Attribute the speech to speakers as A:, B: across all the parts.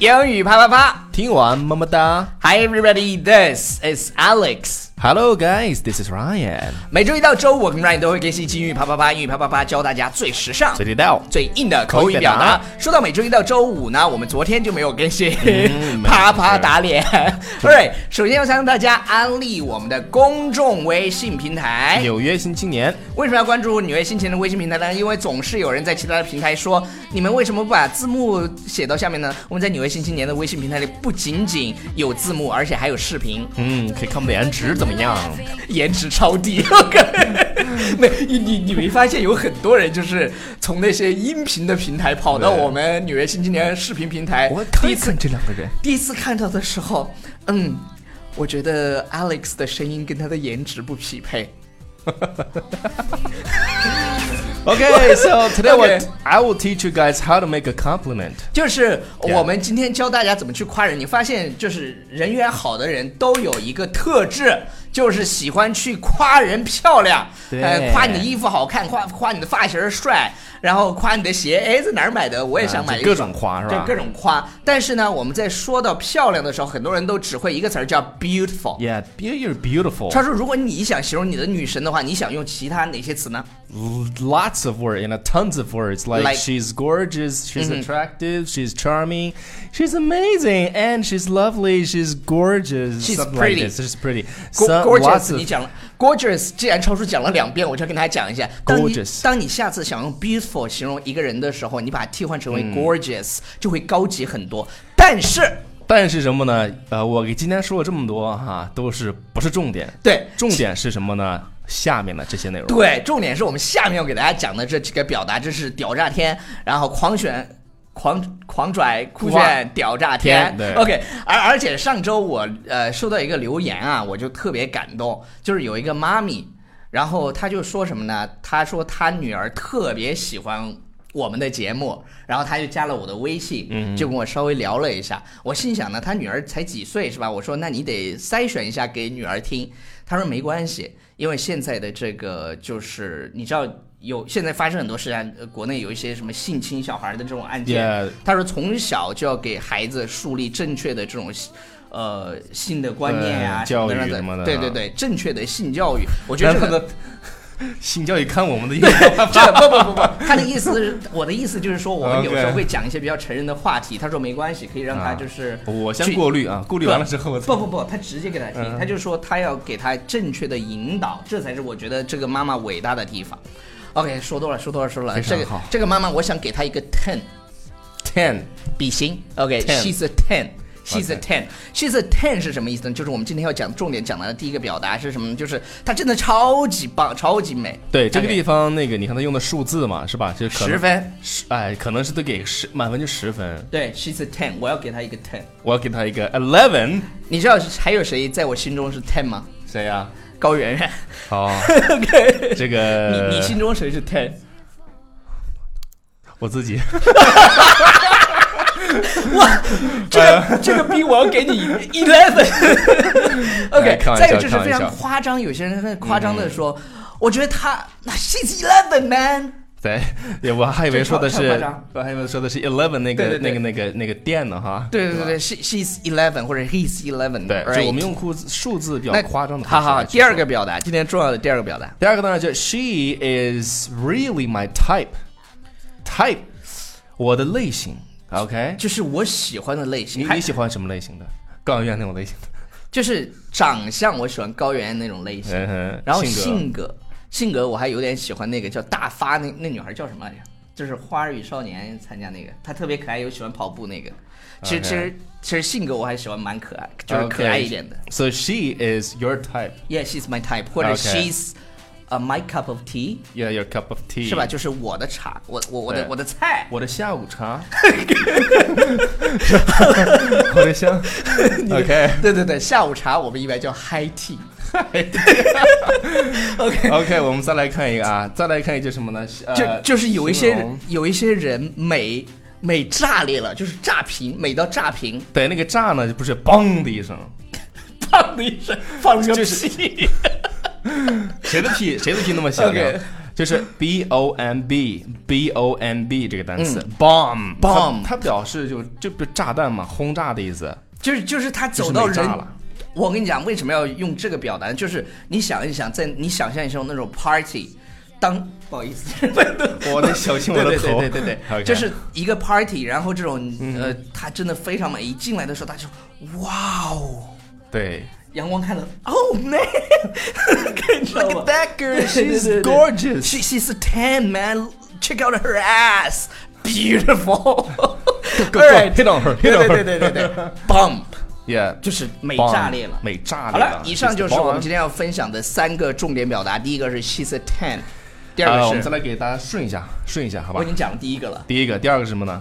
A: 英语啪啪啪
B: 听完么么哒。
A: ！Hi everybody, this is Alex.
B: Hello guys, this is Ryan。
A: 每周一到周五，我跟 Ryan 都会更新《英语啪啪啪》，英语啪啪啪，教大家最时尚、
B: 最地道，
A: 最硬的口语表达。说到每周一到周五呢，我们昨天就没有更新， 啪啪打 脸。对，首先要向大家安利我们的公众微信平台。
B: 纽约新青年，
A: 为什么要关注纽约新青年的微信平台呢？因为总是有人在其他的平台说，你们为什么不把字幕写到下面呢？我们在纽约新青年的微信平台里不仅仅有字幕，而且还有视频。
B: 嗯，可以看我们的颜值怎么样？
A: 颜值超低。OK，没 你你你没发现有很多人就是从那些音频的平台跑到
B: 对
A: 我们纽约新青年视频平台。第一次
B: 这两个人，
A: 第一次看到的时候，嗯，我觉得 Alex 的声音跟他的颜值不匹配。
B: Okay, so today
A: Okay.
B: what I will teach you guys how to make a compliment.
A: 就是我
B: Yeah
A: 们今天教大家怎么去夸人，你发现就是人缘好的人都有一个特质，就是喜欢去夸人漂亮，
B: 对
A: 呃，夸你的衣服好看，夸夸你的发型帅，然后夸你的鞋，哎，在哪儿买的？我也想买一
B: 啊就
A: 双
B: 各种夸是吧
A: 对，各种夸。但是呢，我们在说到漂亮的时候，很多人都只会一个词儿叫 beautiful。
B: Yeah, be- you're beautiful.
A: 他说，如果你想形容你的女神的话，你想用其他哪些词呢？
B: Lots of words, you know, tons of words. Like, Mm-hmm.
A: Like-
B: she's gorgeous, she's attractive, she's charming, she's amazing, and she's lovely, she's gorgeous.
A: She's
B: something
A: pretty.
B: Like this. She's pretty.
A: Go-
B: So, lots
A: gorgeous，
B: of
A: 你讲了 gorgeous，既然超叔讲了两遍，我就要跟大家讲一下。当你
B: Gorgeous
A: 当你下次想用 beautiful 形容一个人的时候，你把它替换成为 gorgeous，、就会高级很多。但是，
B: 但是什么呢？呃，我给今天说了这么多哈，都是不是重点？
A: 对
B: 重点是什么呢？下面的这些内容。
A: 对，重点是我们下面要给大家讲的这几个表达，真是屌炸天，然后狂选。狂狂拽酷炫
B: 哇
A: 屌炸天
B: 天对
A: ，OK，而而且上周我呃收到一个留言啊，我就特别感动，就是有一个妈咪，然后她就说什么呢？她说她女儿特别喜欢我们的节目，然后她就加了我的微信，
B: 嗯
A: 就跟我稍微聊了一下。我心想呢，她女儿才几岁是吧？我说那你得筛选一下给女儿听。她说没关系，因为现在的这个就是你知道。有现在发生很多事情，呃国内有一些什么性侵小孩的这种案件
B: Yeah
A: 他说从小就要给孩子树立正确的这种，呃，性的观念呀、啊，
B: 对教育
A: 等等
B: 什么的
A: 对对对，正确的性教育，我觉得这
B: 然
A: 个
B: 后呢， 性教育看我们的
A: 这不不不不， 他的意思是，我的意思就是说，我们
B: OK
A: 有时候会讲一些比较成人的话题。他说没关系，可以让他就是
B: 我先
A: 去
B: 过滤啊，过滤完了之后啊我再嗯
A: 不不不，他直接给他听，他就说他要给他正确的引导，这才是我觉得这个妈妈伟大的地方。OK，说多了，说多了，说多了。
B: 非
A: 这
B: 常
A: 个
B: 好
A: 这个妈妈，我想给她一个 ten。
B: ten
A: 比心。OK，she's、a ten。She's a ten. She's a ten 是什么意思呢？就是我们今天要讲重点讲的第一个表达是什么呢？就是她真的超级棒，超级美。
B: 对这个
A: OK，
B: 地方那个你看他用的数字嘛是吧？就可能
A: 十分。
B: 十哎，可能是得给十满分就十分，
A: 对，she's a ten。我要给她一个 ten。
B: 我要给他一个 eleven。
A: 你知道还有谁在我心中是 ten 吗？
B: 谁呀、
A: 高圆 圆。
B: 好，
A: OK，
B: 这个
A: 你你心中谁是 ten？
B: 我自己
A: 哇，
B: 呃
A: 这个这个逼我要给你 eleven。
B: 哎
A: OK，
B: 开玩笑
A: 再一个就是非
B: 开玩笑
A: 常夸张，有些人很夸张的说，我觉得她那 she's eleven man。
B: 对，也我还以为说的
A: 这超超夸
B: 是
A: 张，
B: 我还以为说的是 eleven 那个
A: 对对对
B: 那个那个那个店呢哈。
A: 对
B: 是
A: 对
B: 吧
A: 对，she she's eleven 或者 he's eleven，
B: 对，
A: right
B: 就我们用数字数字比较
A: 那
B: 夸张的
A: 好
B: 方式
A: 好，
B: 来去
A: 第二
B: 说
A: 个表达，今天重要的第二个表达
B: 第二个当然就是 She is really my type. Type，我的类型。OK，
A: 就是我喜欢的类
B: 你
A: 型，还
B: 你喜欢什么类型的？高圆圆那种类型的。
A: 就是长相，我喜欢高圆圆那种类型，
B: 嗯哼
A: 然后
B: 性
A: 性格，性格我还有点喜欢那个叫大发那那女孩叫什么来着？就是《花儿与少年》参加那个，她特别可爱，又喜欢跑步那个。其实
B: OK
A: 其实其实性格我还喜欢蛮可爱，
B: 格
A: 就是可爱一点的。。
B: OK So she is your type.
A: Yeah, she's my type，或者
B: OK
A: she's uh, my cup of tea，
B: Yeah, your cup of tea.
A: 是吧？？就是我的茶，我我我的
B: 对
A: 我的菜。
B: 我的下午 茶， 我 的香。OK
A: 对对对，下午茶我们一般叫 high tea。OK，
B: OK，我们再来看一个啊，再来看一个什么呢？呃
A: 就就是有一些
B: 形
A: 人
B: 容
A: 有一些人美美炸裂了，就是炸屏，美到炸屏，
B: 对那个炸呢，不是嘣的一声，
A: 砰的一声放了个屁。
B: 谁的屁谁的屁那么响亮
A: OK？
B: 就是 b o m b b o m b 这个单词、bomb
A: 嗯 bomb
B: 它它表示就就不是炸弹嘛，轰炸的 意思，
A: 就是就是他
B: 就是
A: 走到
B: 没炸
A: 人
B: 了。
A: 我跟你讲，为什么要用这个表达呢？就是你想一想，在你想象一下那种 party，当不好意 思，
B: 我得小心我的头，
A: 对对对对对
B: OK
A: 就是一个 party，然后这种呃，他真的非常美。一进来的时候，他就哇哦，
B: 对。
A: 阳光看到，Oh man，看知道吗
B: that girl,
A: 对对对对 She she's a ten man. Check out her ass, beautiful.
B: go,
A: All right,
B: hit on her, hit
A: 对
B: on
A: 对
B: her.
A: 对对对对，bump
B: Yeah，
A: 就是美
B: 美
A: 炸裂了。
B: 美炸
A: 好
B: 裂
A: 了
B: 了。，
A: 以上就是我们今天
B: 天。
A: 要分享的三个重点表达。第一个是 she's a ten，第二
B: 呃，我
A: 个
B: 们再
A: 是
B: 来给大家顺一下，顺一下，好吧
A: 我已？经讲了第一个了
B: 第一个，第二个是什么呢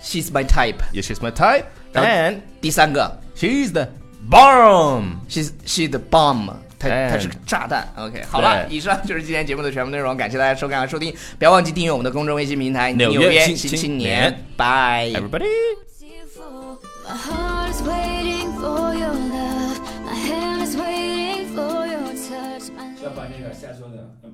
A: ，she's my type。
B: ？Yeah, she's my type,
A: 然后
B: and
A: 第三个
B: she's the bomb。
A: she's she's the bomb。它
B: 哎
A: 它是个炸弹，OK，好了，
B: 对
A: 以上就是今天节目的全部内容，感谢大家收看和收听，不要忘记订阅我们的公众微信平台《
B: 纽约
A: 约
B: 新
A: 新青
B: 青
A: 年
B: 年》，
A: 拜。
B: Everybody.
C: My heart is waiting for your love. My hand is waiting for your touch. My
D: 要把那个下说的，嗯。